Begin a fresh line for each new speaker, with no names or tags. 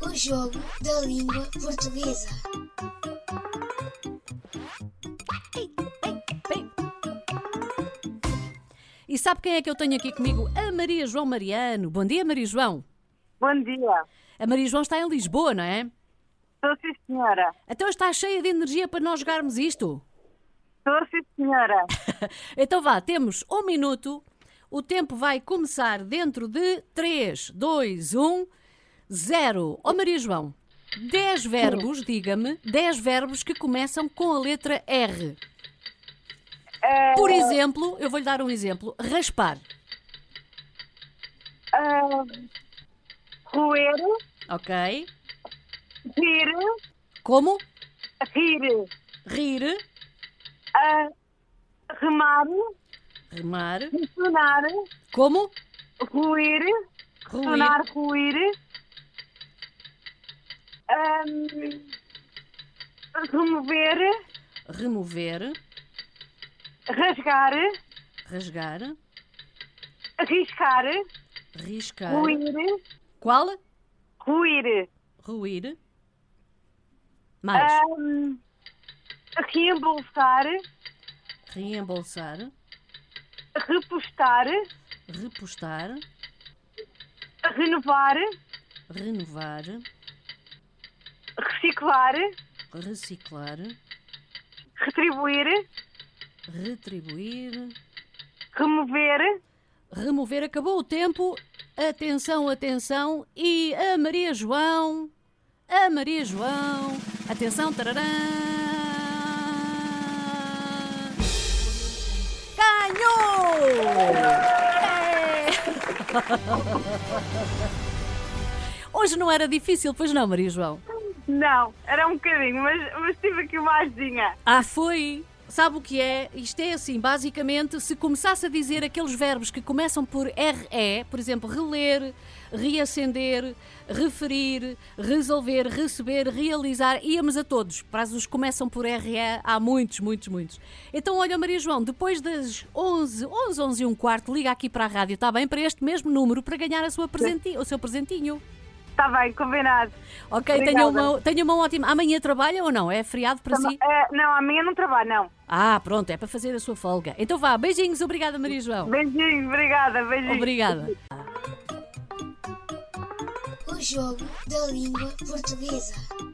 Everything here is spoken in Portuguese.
o jogo da língua portuguesa.
E sabe quem é que eu tenho aqui comigo? A Maria João Mariano. Bom dia, Maria João.
Bom dia.
A Maria João está em Lisboa, não é?
Estou sim, senhora.
Então está cheia de energia para nós jogarmos isto.
Estou sim, senhora.
Então vá, temos um minuto. O tempo vai começar dentro de 3, 2, 1, 0. Ó Maria João, 10 verbos, diga-me, 10 verbos que começam com a letra R.
Eh,
Por exemplo, eu vou-lhe dar um exemplo: raspar.
ah, roer,
Ok?
rir,
Como?
rir,
Rir,
ah, remar,
remar.
sonar,
Como?
ruir,
Ruir.
sonar, ruir, ahm, remover,
Remover,
rasgar,
rasgar,
arriscar,
riscar.
ruir,
Qual?
ruir,
Ruir. Mais.
Ah. ahm, Ah, reembolsar,
Reembolsar,
repostar,
repostar,
renovar,
renovar,
reciclar,
reciclar,
retribuir,
retribuir.
remover,
Remover. Acabou o tempo. Atenção, atenção. E a Maria João. A Maria João. Atenção, tarará. Ganhou! É! Hoje não era difícil, pois não, Maria João?
Não, era um bocadinho, mas, mas tive aqui uma ajudinha.
Ah, foi! Sabe o que é? Isto é assim, basicamente, se começasse a dizer aqueles verbos que começam por RE, por exemplo, reler, reacender, referir, resolver, receber, realizar, íamos a todos. Para os que começam por RE, há muitos, muitos, muitos. Então, olha, Maria João, depois das 11, 11, 11 e um quarto, liga aqui para a rádio, está bem? Para este mesmo número, para ganhar a sua presenti- o seu presentinho.
Está Tá bem, combinado.
Ok, tenha
Obrigada.
uma, tenha uma ótima. Amanhã trabalha ou não? É feriado para si?
Ah, não, amanhã não trabalho, não.
Ah, pronto, é para fazer a sua folga. Então vá, beijinhos, obrigada Maria João.
Beijinho, obrigada, beijinho.
Obrigada.
O jogo da língua portuguesa.